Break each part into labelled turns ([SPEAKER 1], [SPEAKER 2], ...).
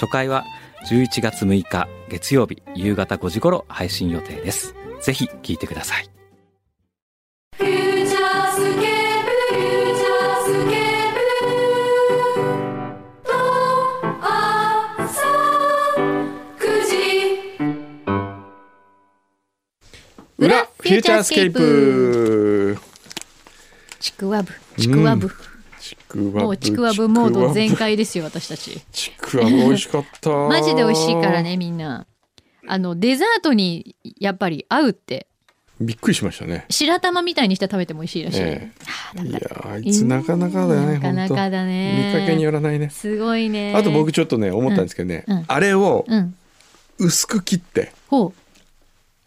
[SPEAKER 1] 初回は11月6日月曜日夕方5時頃配信予定ですぜひ聞いてください
[SPEAKER 2] 「フューチャースケープフューチャースケープ」「とあさ9時」
[SPEAKER 3] 裏フューチャースケープ
[SPEAKER 4] ちくわぶちくわぶ、
[SPEAKER 3] ちくわぶ
[SPEAKER 4] もうちくわぶモード全開ですよ私たち
[SPEAKER 3] ちくわぶ美味しかった
[SPEAKER 4] マジで美味しいからねみんなあのデザートにやっぱり合うって
[SPEAKER 3] びっくりしましたね
[SPEAKER 4] 白玉みたいにして食べても美味しいらしい、
[SPEAKER 3] え
[SPEAKER 4] あー
[SPEAKER 3] いや
[SPEAKER 4] 食べたい
[SPEAKER 3] あいつなかなかだよね
[SPEAKER 4] なかなかだ
[SPEAKER 3] 本
[SPEAKER 4] ね
[SPEAKER 3] 当見かけによらないね
[SPEAKER 4] すごいね
[SPEAKER 3] あと僕ちょっとね思ったんですけどね、
[SPEAKER 4] うんうん
[SPEAKER 3] あれを
[SPEAKER 4] うん
[SPEAKER 3] 薄く切って
[SPEAKER 4] ほう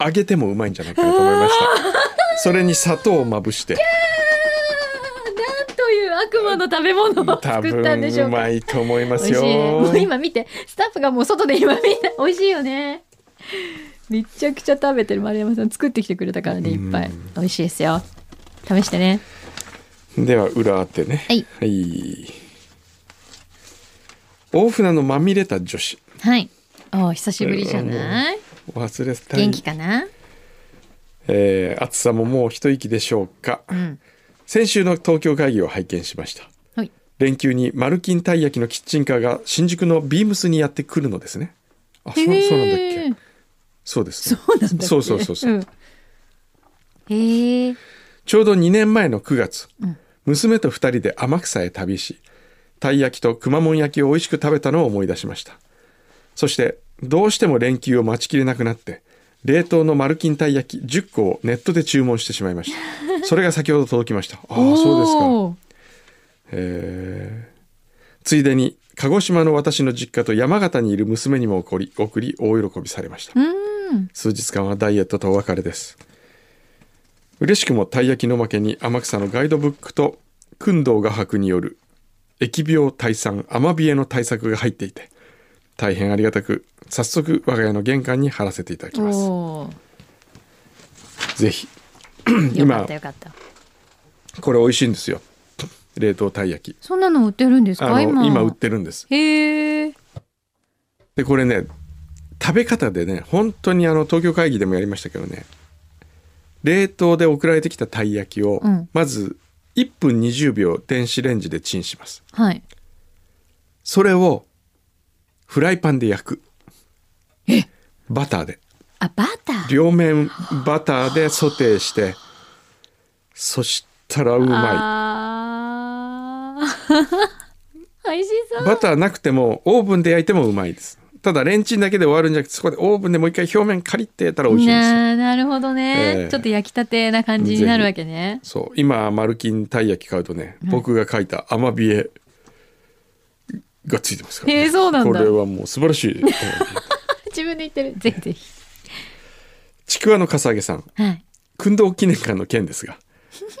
[SPEAKER 3] 揚げてもうまいんじゃないかなと思いましたそれに砂糖をまぶして
[SPEAKER 4] あなんという悪魔の食べ物を
[SPEAKER 3] 多
[SPEAKER 4] 作ったんでし
[SPEAKER 3] 分
[SPEAKER 4] ょ
[SPEAKER 3] う
[SPEAKER 4] うか
[SPEAKER 3] まいと思いま
[SPEAKER 4] 美
[SPEAKER 3] す
[SPEAKER 4] 味し
[SPEAKER 3] よ
[SPEAKER 4] いねもう今見てスタッフがもう外で今みん な美味しいよねめちゃくちゃ食べてる丸山さん作ってきてくれたからねいっぱい美味しいですよ試してね
[SPEAKER 3] では裏あってね
[SPEAKER 4] はい
[SPEAKER 3] い大船のまみれた女子
[SPEAKER 4] はいお久しぶりじゃない
[SPEAKER 3] 忘れたい
[SPEAKER 4] 元気かな
[SPEAKER 3] えー暑さももう一息でしょうか、
[SPEAKER 4] ん
[SPEAKER 3] 先週の東京会議を拝見しました
[SPEAKER 4] はい
[SPEAKER 3] 連休にマルキンたい焼きのキッチンカーが新宿のビームスにやってくるのですねあそうそうなんだっけそうです、ね、
[SPEAKER 4] そうなんだっけ
[SPEAKER 3] そうそうそうそう
[SPEAKER 4] うんへえ
[SPEAKER 3] ちょうど2年前の9月、
[SPEAKER 4] ん
[SPEAKER 3] 娘と2人で天草へ旅したい焼きとくまモン焼きを美味しく食べたのを思い出しましたそしてどうしても連休を待ちきれなくなって冷凍のマルキンたい焼き10個をネットで注文してしまいましたそれが先ほど届きましたああそうですか
[SPEAKER 4] おー
[SPEAKER 3] えーついでに鹿児島の私の実家と山形にいる娘にも送り送り大喜びされました
[SPEAKER 4] うん
[SPEAKER 3] 数日間はダイエットとお別れです嬉しくもたい焼きの負けに天草のガイドブックと訓道画伯による疫病退散アマビエの対策が入っていて大変ありがたく早速我が家の玄関に貼らせていただきます
[SPEAKER 4] お
[SPEAKER 3] ぜひ
[SPEAKER 4] ーよか
[SPEAKER 3] 今
[SPEAKER 4] ったよかった
[SPEAKER 3] これ美味しいんですよ冷凍たい焼き
[SPEAKER 4] そんなの売ってるんです
[SPEAKER 3] あ
[SPEAKER 4] か
[SPEAKER 3] の
[SPEAKER 4] 今
[SPEAKER 3] 今売ってるんです
[SPEAKER 4] へえ
[SPEAKER 3] でこれね食べ方でね本当にあの東京会議でもやりましたけどね冷凍で送られてきたたい焼きを、
[SPEAKER 4] うん
[SPEAKER 3] まず1分20秒電子レンジでチンします
[SPEAKER 4] はい
[SPEAKER 3] それをフライパンで焼くバターで
[SPEAKER 4] あバター
[SPEAKER 3] 両面バターでソテーしてそしたらうま
[SPEAKER 4] あー 美味しそう
[SPEAKER 3] いバターなくてもオーブンで焼いてもうまいですただレンチンだけで終わるんじゃなくてそこでオーブンでもう一回表面カリッてやったら美味しいんですよ
[SPEAKER 4] なあなるほどね、
[SPEAKER 3] ええ
[SPEAKER 4] ちょっと焼きたてな感じになるわけね
[SPEAKER 3] そう今マルキンたい焼き買うとね、僕が書いたアマビエがついてますから、ね
[SPEAKER 4] へえそうなんだ
[SPEAKER 3] これはもう素晴らし いうん
[SPEAKER 4] 自分で言ってるぜひぜひ
[SPEAKER 3] ちくわのかさあげさん
[SPEAKER 4] はい
[SPEAKER 3] 訓道記念館の件ですが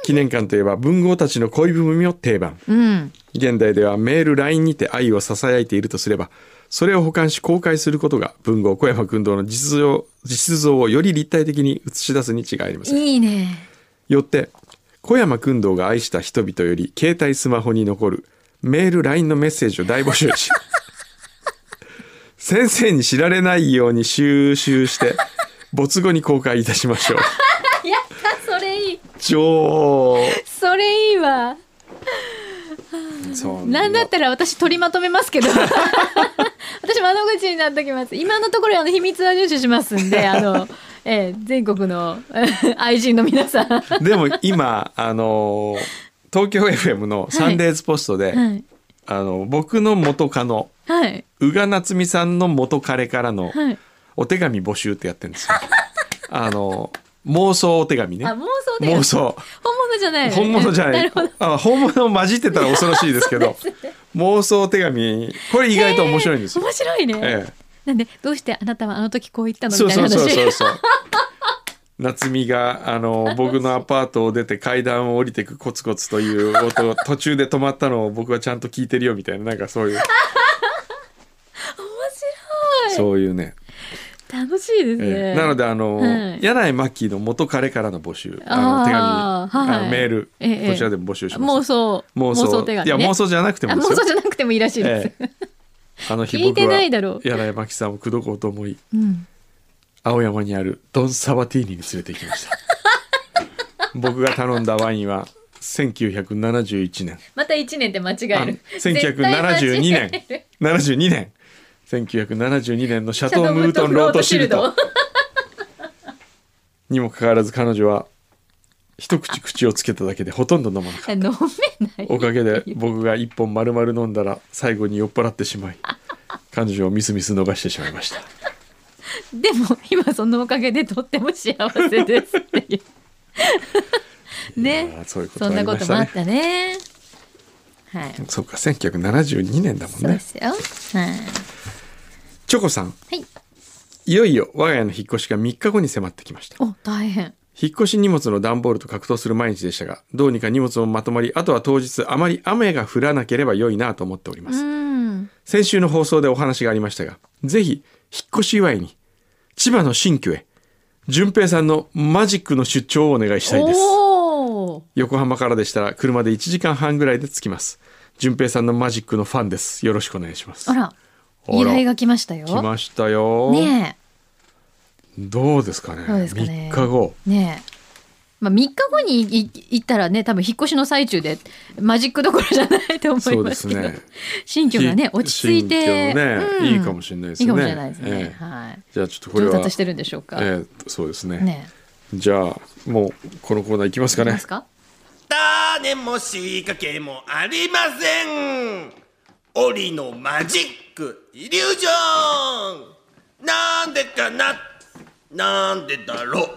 [SPEAKER 3] 記念館といえば文豪たちの恋文を定番
[SPEAKER 4] うん
[SPEAKER 3] 現代ではメール LINE にて愛を囁いているとすればそれを保管し公開することが文豪小山君堂の実像実像をより立体的に映し出すに違いありません
[SPEAKER 4] いいね
[SPEAKER 3] よって小山君堂が愛した人々より携帯スマホに残るメール LINE のメッセージを大募集し先生に知られないように収集して没後に公開いたしましょう
[SPEAKER 4] やったそれいい
[SPEAKER 3] 超
[SPEAKER 4] それいいわ
[SPEAKER 3] そん
[SPEAKER 4] なんだったら私取りまとめますけ ど私窓口になっときます今のところあの秘密は入手します んであの、ええ、全国の ええ愛人の皆さんは
[SPEAKER 3] でも今あの東京 FM の「サンデーズポストで」
[SPEAKER 4] い
[SPEAKER 3] あの僕の元カノ
[SPEAKER 4] はい
[SPEAKER 3] 宇賀夏美さんの元彼からの
[SPEAKER 4] はい
[SPEAKER 3] お手紙募集ってやってるんですよ。あの妄想お手紙ね
[SPEAKER 4] あ妄想で
[SPEAKER 3] 妄想
[SPEAKER 4] 本物じゃ ない
[SPEAKER 3] 本物じゃない
[SPEAKER 4] るほど
[SPEAKER 3] あ本物混じってたら恐ろしいですけ ど妄想手紙これ意外と面白いんですよ、
[SPEAKER 4] 面白いね、
[SPEAKER 3] え
[SPEAKER 4] なんでどうしてあなたはあの時こう言った
[SPEAKER 3] え、
[SPEAKER 4] の
[SPEAKER 3] そ
[SPEAKER 4] み
[SPEAKER 3] う
[SPEAKER 4] たいな
[SPEAKER 3] そう
[SPEAKER 4] 話
[SPEAKER 3] そうそうそう 夏美があの僕のアパートを出て階段を降りていくコツコツという音を途中で止まったのを僕はちゃんと聞いてるよみたいななんかそういうそういうね、
[SPEAKER 4] 楽しいですね、
[SPEAKER 3] ええなのであの、
[SPEAKER 4] はい
[SPEAKER 3] 柳井真紀の元彼からの募集あの
[SPEAKER 4] あー
[SPEAKER 3] 手紙、
[SPEAKER 4] はい
[SPEAKER 3] あのメール、
[SPEAKER 4] ええええ
[SPEAKER 3] こちらでも募集します
[SPEAKER 4] 妄想
[SPEAKER 3] 妄想
[SPEAKER 4] 手紙、
[SPEAKER 3] い
[SPEAKER 4] ね、
[SPEAKER 3] や妄想じゃなくて
[SPEAKER 4] あ
[SPEAKER 3] もで
[SPEAKER 4] 妄
[SPEAKER 3] すよ
[SPEAKER 4] 想じゃなくてもいいらしいです、
[SPEAKER 3] えあの日
[SPEAKER 4] 聞いて
[SPEAKER 3] 僕は
[SPEAKER 4] ないだろう
[SPEAKER 3] 柳井真紀さんを口説こうと思い
[SPEAKER 4] うん
[SPEAKER 3] 青山にあるドン・サバティーニに連れて行きま した僕が頼んだワインは1971年
[SPEAKER 4] また1年で間違え
[SPEAKER 3] あ
[SPEAKER 4] る
[SPEAKER 3] 1972年
[SPEAKER 4] 絶対間違える
[SPEAKER 3] 72年1972年のシャ
[SPEAKER 4] シ
[SPEAKER 3] ト
[SPEAKER 4] ャ
[SPEAKER 3] ー・
[SPEAKER 4] ド
[SPEAKER 3] ム
[SPEAKER 4] ム
[SPEAKER 3] ー
[SPEAKER 4] ー
[SPEAKER 3] ト
[SPEAKER 4] ト
[SPEAKER 3] ン・
[SPEAKER 4] ン
[SPEAKER 3] ロ
[SPEAKER 4] ロ
[SPEAKER 3] ー
[SPEAKER 4] ー
[SPEAKER 3] ト
[SPEAKER 4] ト
[SPEAKER 3] シ
[SPEAKER 4] シ
[SPEAKER 3] ル
[SPEAKER 4] ル
[SPEAKER 3] ト
[SPEAKER 4] ド
[SPEAKER 3] にもかかわらず彼女は一口口をつけただけでほとんど飲まな かった
[SPEAKER 4] 飲めない
[SPEAKER 3] おかげで僕が一本丸々飲んだら最後に酔っ払ってしまい彼女をみすみす逃してしまいました
[SPEAKER 4] でも今そのおかげでとっても幸せで すっていう
[SPEAKER 3] いや
[SPEAKER 4] ね
[SPEAKER 3] ーそういうこと
[SPEAKER 4] そんなことも
[SPEAKER 3] ありま
[SPEAKER 4] あ
[SPEAKER 3] し
[SPEAKER 4] っ
[SPEAKER 3] た
[SPEAKER 4] たねはい
[SPEAKER 3] そうか1972年だもん
[SPEAKER 4] そうで
[SPEAKER 3] ね
[SPEAKER 4] すよはい、
[SPEAKER 3] チョコさん
[SPEAKER 4] はい、
[SPEAKER 3] いよいよ我が家の引っ越しが3日後に迫ってきました
[SPEAKER 4] お大変
[SPEAKER 3] 引っ越し荷物の段ボールと格闘する毎日でしたがどうにか荷物もまとまりあとは当日あまり雨が降らなければ良いなと思っておりま
[SPEAKER 4] う
[SPEAKER 3] す、
[SPEAKER 4] ん
[SPEAKER 3] 先週の放送でお話がありましたがぜひ引っ越し祝いに千葉の新居へ順平さんのマジックの出張をお願いしたいです
[SPEAKER 4] おお
[SPEAKER 3] 横浜からでしたら車で1時間半ぐらいで着きます順平さんのマジックのファンですよろしくお願いします
[SPEAKER 4] あら依頼が来ましたよ
[SPEAKER 3] 来ましたよ、
[SPEAKER 4] ね
[SPEAKER 3] どうですかね
[SPEAKER 4] どうですかね
[SPEAKER 3] 3日後
[SPEAKER 4] えねえまあ、3日後にいい行ったらね多分引っ越しの最中でマジックどころじゃないと思いますけど
[SPEAKER 3] そうですね
[SPEAKER 4] 新居がね落ち着いて、
[SPEAKER 3] 新居ね
[SPEAKER 4] うん
[SPEAKER 3] いいかもしれないですね
[SPEAKER 4] いいかもしれないですね、
[SPEAKER 3] ええ
[SPEAKER 4] はい
[SPEAKER 3] じゃあちょっとこれ
[SPEAKER 4] 上
[SPEAKER 3] は
[SPEAKER 4] 達してるんでしょうか、
[SPEAKER 3] ええそうですね
[SPEAKER 4] ね
[SPEAKER 3] じゃあもうこのコーナーいきますか
[SPEAKER 4] えい
[SPEAKER 3] ね
[SPEAKER 4] ますか
[SPEAKER 5] 種も仕掛けもありません檻のマジックイリュージョンなんでかななんでだろう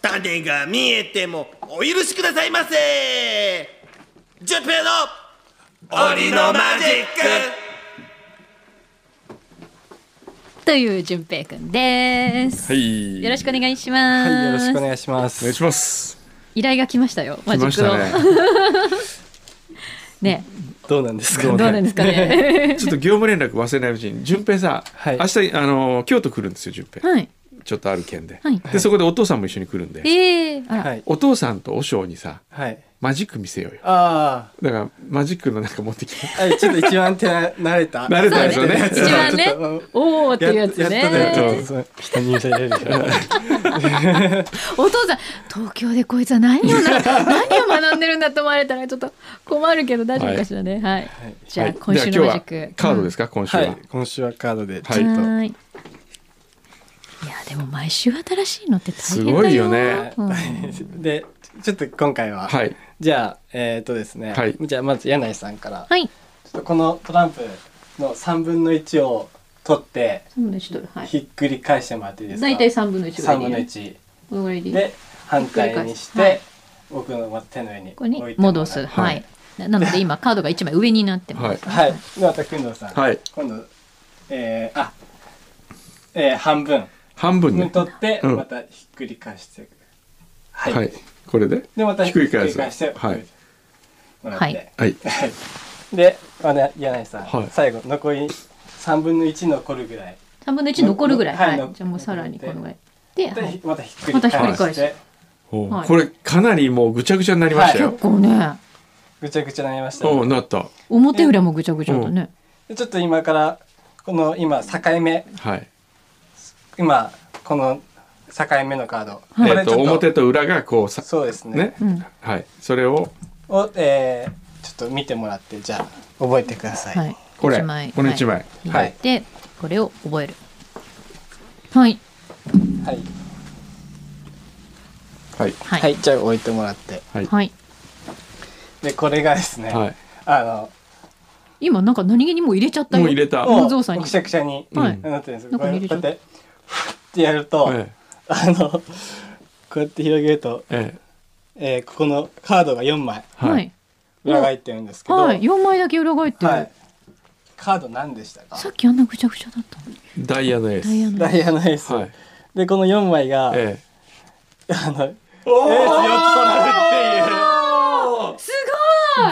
[SPEAKER 5] 種が見えてもお許しくださいませジュンペイの檻のマジック
[SPEAKER 4] という順平くんです、
[SPEAKER 3] はい
[SPEAKER 4] よろしくお願いします、
[SPEAKER 6] はい、よろしくお願いしま
[SPEAKER 3] お願い
[SPEAKER 6] す。
[SPEAKER 3] します
[SPEAKER 4] 依頼が来ましたよマ
[SPEAKER 3] 来
[SPEAKER 4] ジ
[SPEAKER 3] ま
[SPEAKER 4] ッ
[SPEAKER 3] し
[SPEAKER 4] ク
[SPEAKER 3] た
[SPEAKER 4] を
[SPEAKER 3] ね
[SPEAKER 4] ね
[SPEAKER 6] どうなんです
[SPEAKER 4] え
[SPEAKER 6] か
[SPEAKER 4] どうなんですかね
[SPEAKER 3] ちょっと業務連絡忘れないうちに順平さ、
[SPEAKER 6] はい
[SPEAKER 3] 明日あの京都来るんですよ順平、
[SPEAKER 4] はい
[SPEAKER 3] ちょっとある件で、
[SPEAKER 4] はい
[SPEAKER 3] でそこでお父さんも一緒に来るんで、
[SPEAKER 4] ええあら、
[SPEAKER 6] はい。
[SPEAKER 3] お父さんと和尚にさ
[SPEAKER 6] はい。
[SPEAKER 3] マジック見せようよ
[SPEAKER 6] あ
[SPEAKER 3] だからマジックのなんか持ってきて
[SPEAKER 6] あ。はい、ちょっと一番手な、慣れた。
[SPEAKER 3] 慣れたやつ
[SPEAKER 4] そ
[SPEAKER 3] を
[SPEAKER 4] う
[SPEAKER 3] ね
[SPEAKER 4] ね一番ね
[SPEAKER 6] ちょっと
[SPEAKER 4] おおっていうやつ
[SPEAKER 6] やった
[SPEAKER 4] ね
[SPEAKER 6] ね。そう人に見せられるでし ょ。
[SPEAKER 4] お父さん東京でこいつは何をな 何を学んでるんだと思われたらちょっと困るけど大丈夫かしらねはい、じゃあ
[SPEAKER 3] はい
[SPEAKER 4] 今週
[SPEAKER 3] では
[SPEAKER 4] のマ
[SPEAKER 3] 今
[SPEAKER 4] ジッ
[SPEAKER 3] 日は
[SPEAKER 4] ク
[SPEAKER 3] カードですすか、今週
[SPEAKER 6] は
[SPEAKER 3] は、
[SPEAKER 6] い。今週はカードで、ちょっ
[SPEAKER 3] は
[SPEAKER 6] と
[SPEAKER 3] い。
[SPEAKER 4] はいいやでも毎週新しいのって大変だよ
[SPEAKER 3] すごいよね
[SPEAKER 4] うん
[SPEAKER 6] で、ちょっと今回は、
[SPEAKER 3] はい
[SPEAKER 6] じゃあ、えっ、とですね、
[SPEAKER 3] はい
[SPEAKER 6] じゃあまず柳井さんから、
[SPEAKER 4] はい
[SPEAKER 6] ちょっとこのトランプの3分の1を取って、
[SPEAKER 4] 三分の一取るはい
[SPEAKER 6] ひっくり返してもらっていいですか
[SPEAKER 4] 大体三分の一ぐらい
[SPEAKER 6] 3
[SPEAKER 4] でいいねこ
[SPEAKER 6] 分の1。
[SPEAKER 4] のぐらいでいい
[SPEAKER 6] で、反対にして、
[SPEAKER 4] はい
[SPEAKER 6] 僕のまず手の上に置い
[SPEAKER 4] ここに
[SPEAKER 6] てもら
[SPEAKER 4] 戻
[SPEAKER 6] う
[SPEAKER 4] す
[SPEAKER 3] は
[SPEAKER 4] はいいななので今カードが一枚上になってます
[SPEAKER 6] はい。で、また、くんどうさん。
[SPEAKER 3] はい
[SPEAKER 6] 今度、えー、あ、えー、半分。
[SPEAKER 3] 半分ね、
[SPEAKER 6] 取って、
[SPEAKER 3] うん
[SPEAKER 6] またひっくり返していく。は。
[SPEAKER 3] はいい、これで
[SPEAKER 6] で、またひ
[SPEAKER 3] ひ
[SPEAKER 6] っ
[SPEAKER 3] っ
[SPEAKER 6] く
[SPEAKER 3] く
[SPEAKER 6] り
[SPEAKER 3] り
[SPEAKER 6] 返
[SPEAKER 3] 返
[SPEAKER 6] し
[SPEAKER 3] す
[SPEAKER 6] て。
[SPEAKER 3] はい
[SPEAKER 6] もら
[SPEAKER 4] は
[SPEAKER 6] ってはいい。
[SPEAKER 3] はい
[SPEAKER 6] で、あの、柳井さん、
[SPEAKER 3] はい
[SPEAKER 6] 最後、残り3分の1残るぐらい。
[SPEAKER 4] 三分の一残るぐらい
[SPEAKER 6] はい
[SPEAKER 4] はいじゃあもうさらにこのぐらいで
[SPEAKER 6] で、
[SPEAKER 4] はい
[SPEAKER 6] またひっく
[SPEAKER 4] ま
[SPEAKER 6] り返して。
[SPEAKER 4] たひっくり返して
[SPEAKER 3] おう
[SPEAKER 4] はい
[SPEAKER 3] これかなりもうぐちゃぐちゃになりましたよ、
[SPEAKER 4] 結構ね
[SPEAKER 6] ぐちゃぐちゃになりました。
[SPEAKER 3] おうなった
[SPEAKER 4] 表裏もぐちゃぐちゃだね
[SPEAKER 6] でちょっと今から、この今、境目、
[SPEAKER 3] はい
[SPEAKER 6] 今、この境目のカード。
[SPEAKER 3] え
[SPEAKER 6] こ
[SPEAKER 3] ー
[SPEAKER 6] れち
[SPEAKER 3] と
[SPEAKER 6] ょっと
[SPEAKER 3] 表と裏がこうさ
[SPEAKER 6] そうですね。
[SPEAKER 3] ね、はいそれを
[SPEAKER 6] を、えー、ちょっと見てもらって、じゃあ、覚えてください。
[SPEAKER 4] はい
[SPEAKER 3] これ
[SPEAKER 4] 一枚
[SPEAKER 3] この一枚
[SPEAKER 6] は
[SPEAKER 3] はいい、
[SPEAKER 4] でこれを覚えるはい
[SPEAKER 6] はい。
[SPEAKER 3] はい
[SPEAKER 4] はい
[SPEAKER 6] はい、じゃあ置いてもらって。
[SPEAKER 3] はいは
[SPEAKER 4] はい
[SPEAKER 6] で、これがですね、
[SPEAKER 3] い、
[SPEAKER 6] あの、
[SPEAKER 4] 今なんか何気にもう入れちゃったよ
[SPEAKER 3] もう入れた
[SPEAKER 4] お
[SPEAKER 6] も
[SPEAKER 4] お
[SPEAKER 6] う
[SPEAKER 4] 父さんに
[SPEAKER 6] くしゃくしゃに
[SPEAKER 4] はい
[SPEAKER 6] なってるんです
[SPEAKER 4] なん
[SPEAKER 6] よこ
[SPEAKER 4] か
[SPEAKER 6] れ
[SPEAKER 4] 見れ
[SPEAKER 6] こ
[SPEAKER 4] ち
[SPEAKER 6] う
[SPEAKER 4] ゃう
[SPEAKER 6] やって、ふってやると、
[SPEAKER 3] え
[SPEAKER 6] あの、こうやって広げると、
[SPEAKER 3] え
[SPEAKER 6] えーここのカードが4枚
[SPEAKER 3] えはい、
[SPEAKER 4] はい。
[SPEAKER 6] 裏返ってるんですけど、
[SPEAKER 4] はい。四枚だけ裏返ってる。
[SPEAKER 6] はいカード何でしたか
[SPEAKER 4] さっきあんなぐちゃぐちゃだったのに。
[SPEAKER 3] ダイヤのエース
[SPEAKER 4] ダイヤの。
[SPEAKER 6] ダイヤのエース、
[SPEAKER 3] はい
[SPEAKER 6] でこの4枚が、
[SPEAKER 3] え
[SPEAKER 6] あのエース4つ揃うっていう
[SPEAKER 4] すごい。
[SPEAKER 3] え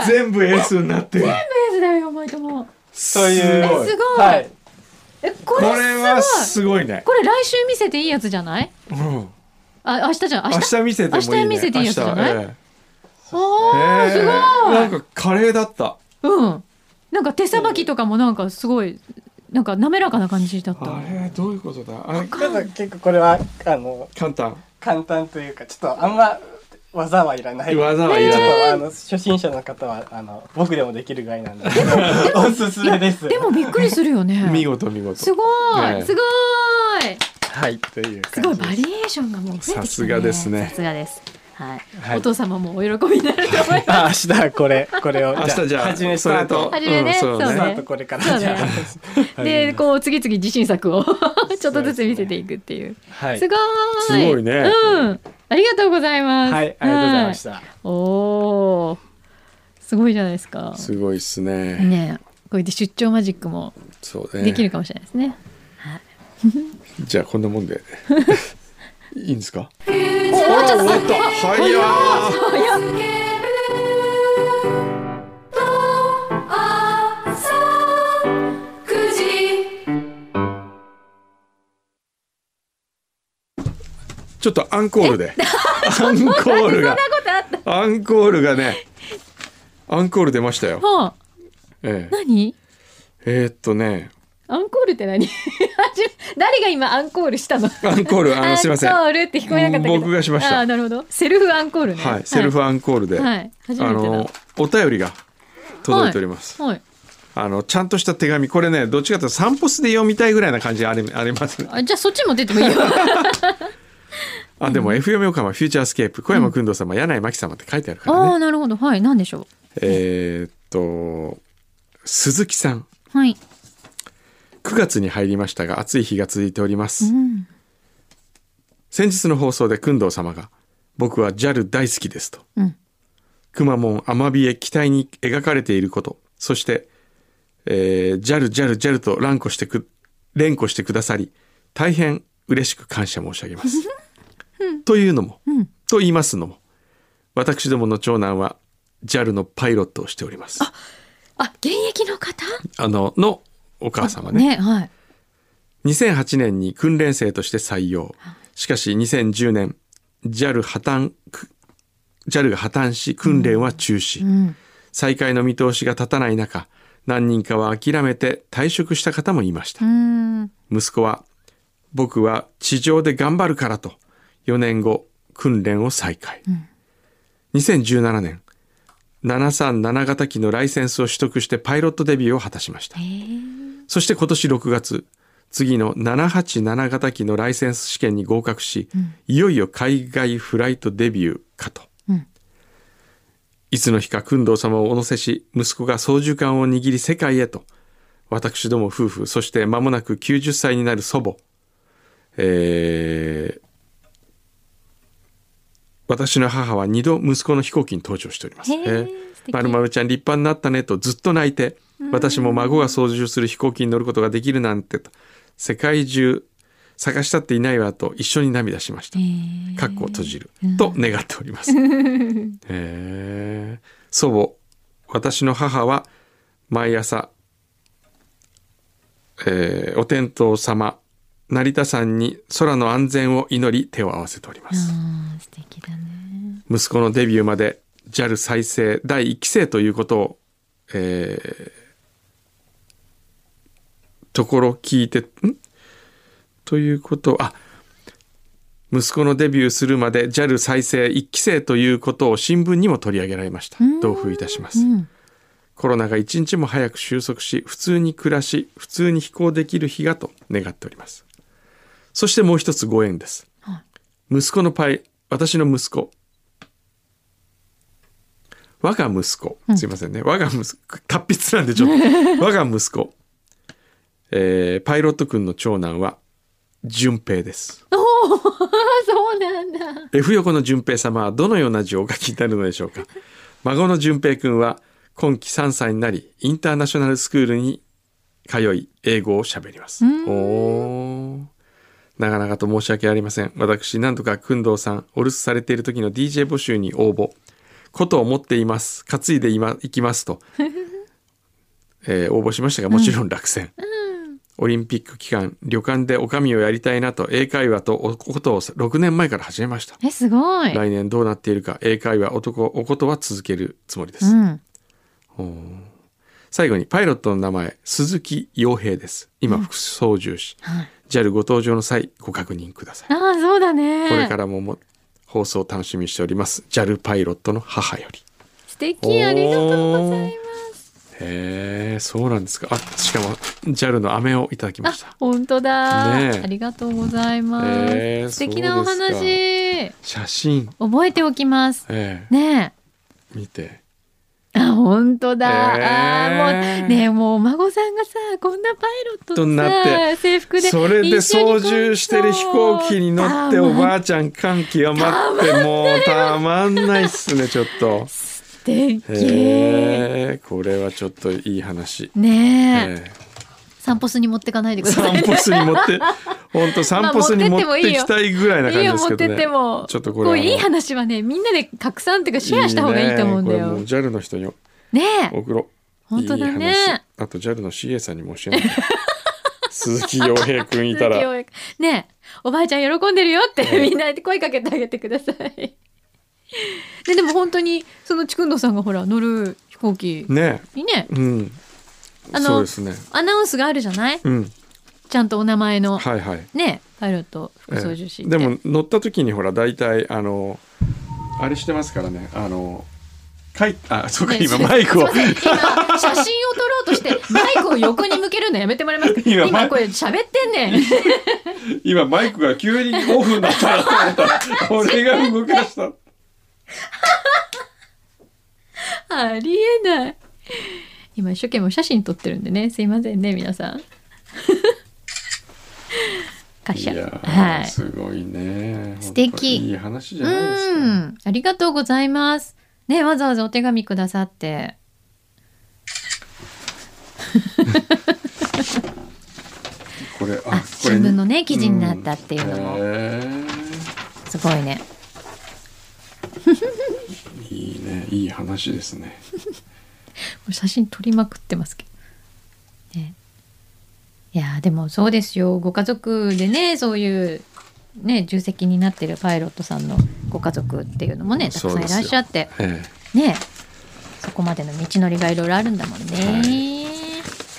[SPEAKER 3] 全部エースになってる
[SPEAKER 4] エースだよ、四枚とも。
[SPEAKER 6] そういう
[SPEAKER 3] すごい
[SPEAKER 4] すごい
[SPEAKER 6] はい、
[SPEAKER 4] え、こ
[SPEAKER 3] こ
[SPEAKER 4] れ
[SPEAKER 3] れは
[SPEAKER 4] すごい。
[SPEAKER 3] すごいね、
[SPEAKER 4] これ来週見せていいやつじゃない。
[SPEAKER 3] うん、
[SPEAKER 4] あ、明日じゃん。明
[SPEAKER 3] 明
[SPEAKER 4] 日。
[SPEAKER 3] 日見せてもいいね
[SPEAKER 4] 明日見せていいやつじゃない
[SPEAKER 3] 明日ええ
[SPEAKER 4] ああ、す
[SPEAKER 3] ええなん
[SPEAKER 4] ごい。
[SPEAKER 3] か華麗だった
[SPEAKER 4] うん。なんか手さばきとかも、なんかすごい。なんか滑らかな感じだった。
[SPEAKER 3] あれどういうことだあれ
[SPEAKER 6] ただ結構これはあの
[SPEAKER 3] 簡単
[SPEAKER 6] 簡単というかちょっとあんま技はいらない
[SPEAKER 3] 技はいら
[SPEAKER 6] ちょ
[SPEAKER 3] ない
[SPEAKER 6] っとあの初心者の方はあの僕でもできるぐらい なんでおすすめです
[SPEAKER 4] でもびっくりするよね。
[SPEAKER 3] 見事見
[SPEAKER 4] す
[SPEAKER 3] 事
[SPEAKER 4] ご
[SPEAKER 3] ね
[SPEAKER 4] い。すごい。
[SPEAKER 6] はい
[SPEAKER 3] という
[SPEAKER 4] すご
[SPEAKER 3] 感
[SPEAKER 4] い
[SPEAKER 3] じ
[SPEAKER 4] バリエーションがもう増えてきた、
[SPEAKER 3] さ
[SPEAKER 4] ね。
[SPEAKER 3] すがですね
[SPEAKER 4] さすがです。はい。
[SPEAKER 3] はい
[SPEAKER 4] お父様もお喜びになると思います。
[SPEAKER 6] あ明日はこれこれを
[SPEAKER 3] 明日じゃ
[SPEAKER 6] 始め
[SPEAKER 3] あそれと
[SPEAKER 4] 始めね
[SPEAKER 3] うんそう
[SPEAKER 4] そうね
[SPEAKER 6] ス
[SPEAKER 3] ね
[SPEAKER 6] タートこれから
[SPEAKER 4] そうね
[SPEAKER 6] じゃあ
[SPEAKER 4] で、こう次々自信作を ちょっとずつ見せていくっていう。
[SPEAKER 6] はい
[SPEAKER 4] すごーい。
[SPEAKER 3] すごいね
[SPEAKER 4] うん。ありがとうございます。
[SPEAKER 6] はいありがとうございまし
[SPEAKER 4] は
[SPEAKER 6] た
[SPEAKER 4] い。おお。すごいじゃないですか。
[SPEAKER 3] すごいっすね
[SPEAKER 4] ねえ。これで出張マジックも
[SPEAKER 3] そうね
[SPEAKER 4] できるかもしれないですね。
[SPEAKER 3] じゃあこんなもんでいいんですかお終わった早い
[SPEAKER 2] 朝9時
[SPEAKER 3] ちょっとアンコールでアンコールがアンコールがねアンコール出ましたよ、
[SPEAKER 4] はあ、
[SPEAKER 3] え
[SPEAKER 4] 何？
[SPEAKER 3] え、えーっとね
[SPEAKER 4] アンコールって何？ 誰が今アンコールしたの？
[SPEAKER 3] アンコール あのすいません
[SPEAKER 4] アンコ
[SPEAKER 3] は
[SPEAKER 4] ールって聞こえなかったけど。
[SPEAKER 3] 僕がしました
[SPEAKER 4] あーなるほど。セルフアンコールね。
[SPEAKER 3] いセルフアンコールで、
[SPEAKER 4] はい初め
[SPEAKER 3] あ
[SPEAKER 4] てだ
[SPEAKER 3] のお便りが届いております、
[SPEAKER 4] はい。
[SPEAKER 3] あのちゃんとした手紙これねどっちかというと散歩スで読みたいぐらいな感じあり ありますね
[SPEAKER 4] あじゃあそっちも出て もいいよ。
[SPEAKER 3] あでも FM 横浜フューチャースケープ小山君堂様、柳井真紀様って書いてあるから
[SPEAKER 4] あ
[SPEAKER 3] ね
[SPEAKER 4] あなるほどはい何でしょ
[SPEAKER 3] えーっと鈴木さん
[SPEAKER 4] う。はい。
[SPEAKER 3] 9月に入りましたが暑い日が続いております、
[SPEAKER 4] うん。
[SPEAKER 3] 先日の放送で工藤様が「僕は JAL 大好きです」と、
[SPEAKER 4] うん
[SPEAKER 3] くまモンアマビエ機体に描かれていることそして、えー、JAL JAL JAL と乱呼してく連呼してくださり大変嬉しく感謝申し上げ ます、というのも、と言いますのも私どもの長男は JAL のパイロットをしておりますあ
[SPEAKER 4] あ現役の方？
[SPEAKER 3] ののお母様ね
[SPEAKER 4] ねはい。
[SPEAKER 3] 2008年に訓練生として採用しかし2010年 JAL 破綻く JAL が破綻し訓練は中止、
[SPEAKER 4] うん。
[SPEAKER 3] 再開の見通しが立たない中何人かは諦めて退職した方もいました
[SPEAKER 4] う、ーん。
[SPEAKER 3] 息子は「僕は地上で頑張るから」と4年後訓練を再開、2017年737型機のライセンスを取得してパイロットデビューを果たしましたそして今年6月次の787型機のライセンス試験に合格し、いよいよ海外フライトデビューかと、いつの日か工藤様をお乗せし息子が操縦桿を握り世界へと私ども夫婦そして間もなく90歳になる祖母えー私の母は2度息子の飛行機に登場しております。
[SPEAKER 4] へー
[SPEAKER 3] え
[SPEAKER 4] 素敵
[SPEAKER 3] まるまるちゃん立派になったねとずっと泣いて、私も孫が操縦する飛行機に乗ることができるなんてと、世界中探したっていないわと一緒に涙しました。かっこ閉じる。と願っております。へー祖母私の母は毎朝、えーお天道様成田山に空の安全を祈り手を合わせております、
[SPEAKER 4] あー素敵だね。
[SPEAKER 3] 息子のデビューまで JAL 再生第1期生ということを、えーところ聞いてんということあ息子のデビューするまで JAL 再生1期生ということを新聞にも取り上げられました同封いたします、
[SPEAKER 4] うん。
[SPEAKER 3] コロナが一日も早く収束し普通に暮らし普通に飛行できる日がと願っておりますそしてもう一つご縁です、息子のパイ私の息子我が息子すいませんね、我が息子達筆なんでちょっと我が息子、えーパイロット君の長男は順平です
[SPEAKER 4] あそうそうなんだ
[SPEAKER 3] F 横の順平様はどのような字をお書きになるのでしょうか孫の順平くんは今期3歳になりインターナショナルスクールに通い英語を喋りますおーなかなかと申し訳ありません私なんとか工藤さんお留守されている時の DJ 募集に応募ことを持っています担いでい,、ま、いきますと、えー応募しましたがもちろん落選、オリンピック期間旅館でおかみをやりたいなと英会話とおことを6年前から始めました
[SPEAKER 4] えすごい、
[SPEAKER 3] 来年どうなっているか英会話男おことは続けるつもりです、
[SPEAKER 4] うん、
[SPEAKER 3] 最後にパイロットの名前鈴木洋平です今副操縦士、JAL ご搭乗の際ご確認ください、
[SPEAKER 4] ああそうだね
[SPEAKER 3] これからもも放送を楽しみにしております JAL パイロットの母より
[SPEAKER 4] 素敵ありがとうござい
[SPEAKER 3] へえそうなんですかあしかも JAL の飴をいただきま
[SPEAKER 4] ま
[SPEAKER 3] し
[SPEAKER 4] す
[SPEAKER 3] た
[SPEAKER 4] あ本当だ、
[SPEAKER 3] ねえ
[SPEAKER 4] ありがとうございます、
[SPEAKER 3] へえ
[SPEAKER 4] 素敵なお
[SPEAKER 3] そうで
[SPEAKER 4] 話
[SPEAKER 3] 写真
[SPEAKER 4] 覚えておきます
[SPEAKER 3] ええ
[SPEAKER 4] ね
[SPEAKER 3] 見て
[SPEAKER 4] えあ本当だ、
[SPEAKER 3] え
[SPEAKER 4] あーもうねえもうお孫さんがさこんなパイロット
[SPEAKER 3] と
[SPEAKER 4] の
[SPEAKER 3] なっ
[SPEAKER 4] さ制服で
[SPEAKER 3] それで
[SPEAKER 4] 一緒に
[SPEAKER 3] 操縦してる飛行機に乗って
[SPEAKER 4] あー
[SPEAKER 3] お
[SPEAKER 4] もう
[SPEAKER 3] ばあちゃん感極まってもうたまんないっすねちょっと。
[SPEAKER 4] 素敵
[SPEAKER 3] へえこれはちょっといい話。
[SPEAKER 4] ねえ、
[SPEAKER 3] ええ
[SPEAKER 4] 散歩スに持ってかないでください
[SPEAKER 3] 散歩スに持って本当散歩スに持ってきたいぐらいな感
[SPEAKER 4] いい
[SPEAKER 3] じ
[SPEAKER 4] よ
[SPEAKER 3] ですけ
[SPEAKER 4] 持って
[SPEAKER 3] ど
[SPEAKER 4] って
[SPEAKER 3] ね。
[SPEAKER 4] も
[SPEAKER 3] ちょっとこれは
[SPEAKER 4] ういい話はねみんなで拡散っていうかシェアした方がいいと思うんだよ
[SPEAKER 3] いいねこれもう JAL の人に
[SPEAKER 4] ねえ
[SPEAKER 3] 送ろう。
[SPEAKER 4] 本当だ
[SPEAKER 3] い
[SPEAKER 4] ね
[SPEAKER 3] い話あと JAL の CA さんにも教えない。鈴木洋平くんい たら。
[SPEAKER 4] ねえおばあちゃん喜んでるよって、みんなで声かけてあげてくださいででも本当にそのちくんどさんがほら乗る飛行機
[SPEAKER 3] ね
[SPEAKER 4] にね
[SPEAKER 3] うん。
[SPEAKER 4] あ
[SPEAKER 3] そう
[SPEAKER 4] の
[SPEAKER 3] ですね。
[SPEAKER 4] アナウンスがあるじゃない
[SPEAKER 3] うん。
[SPEAKER 4] ちゃんとお名前の、
[SPEAKER 3] はいはい。
[SPEAKER 4] ねえパイロット副操縦士って、
[SPEAKER 3] でも乗った時にほら大体あのあれしてますからねあのかいあそうか、
[SPEAKER 4] ね
[SPEAKER 3] 今マイクを
[SPEAKER 4] すいません今写真を撮ろうとしてマイクを横に向けるのやめてもらえますか
[SPEAKER 3] 今
[SPEAKER 4] 今これ喋ってんねん
[SPEAKER 3] 今マイクが急にオフになったなと思ったら俺が動かした
[SPEAKER 4] ありえない今一生懸命お写真撮ってるんでねすいませんね皆さん か
[SPEAKER 3] い
[SPEAKER 4] し
[SPEAKER 3] や
[SPEAKER 4] ゃ
[SPEAKER 3] ー、
[SPEAKER 4] はい
[SPEAKER 3] すごいね
[SPEAKER 4] 素敵
[SPEAKER 3] 本当いい話じゃ
[SPEAKER 4] う
[SPEAKER 3] ないですか
[SPEAKER 4] んありがとうございますねわざわざお手紙くださって
[SPEAKER 3] これあこ
[SPEAKER 4] あ
[SPEAKER 3] れ
[SPEAKER 4] 新聞のね記事になったっていうのも
[SPEAKER 3] うんへ
[SPEAKER 4] すごいね
[SPEAKER 3] ーいいねいい話ですね
[SPEAKER 4] もう写真撮りまくってますけど、ね、いやーでもそうですよご家族でねそういうね重責になってるパイロットさんのご家族っていうのもねたく
[SPEAKER 3] そう
[SPEAKER 4] さん
[SPEAKER 3] で
[SPEAKER 4] い
[SPEAKER 3] すよ
[SPEAKER 4] らっしゃって
[SPEAKER 3] ええ
[SPEAKER 4] ねそこまでの道のりがいろいろあるんだもんね。
[SPEAKER 3] はい
[SPEAKER 4] ね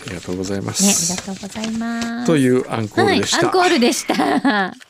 [SPEAKER 3] ありがとうございま
[SPEAKER 4] あり
[SPEAKER 3] す、
[SPEAKER 4] がとうございます。
[SPEAKER 3] というアンコールでした、
[SPEAKER 4] はい、アンコールでした。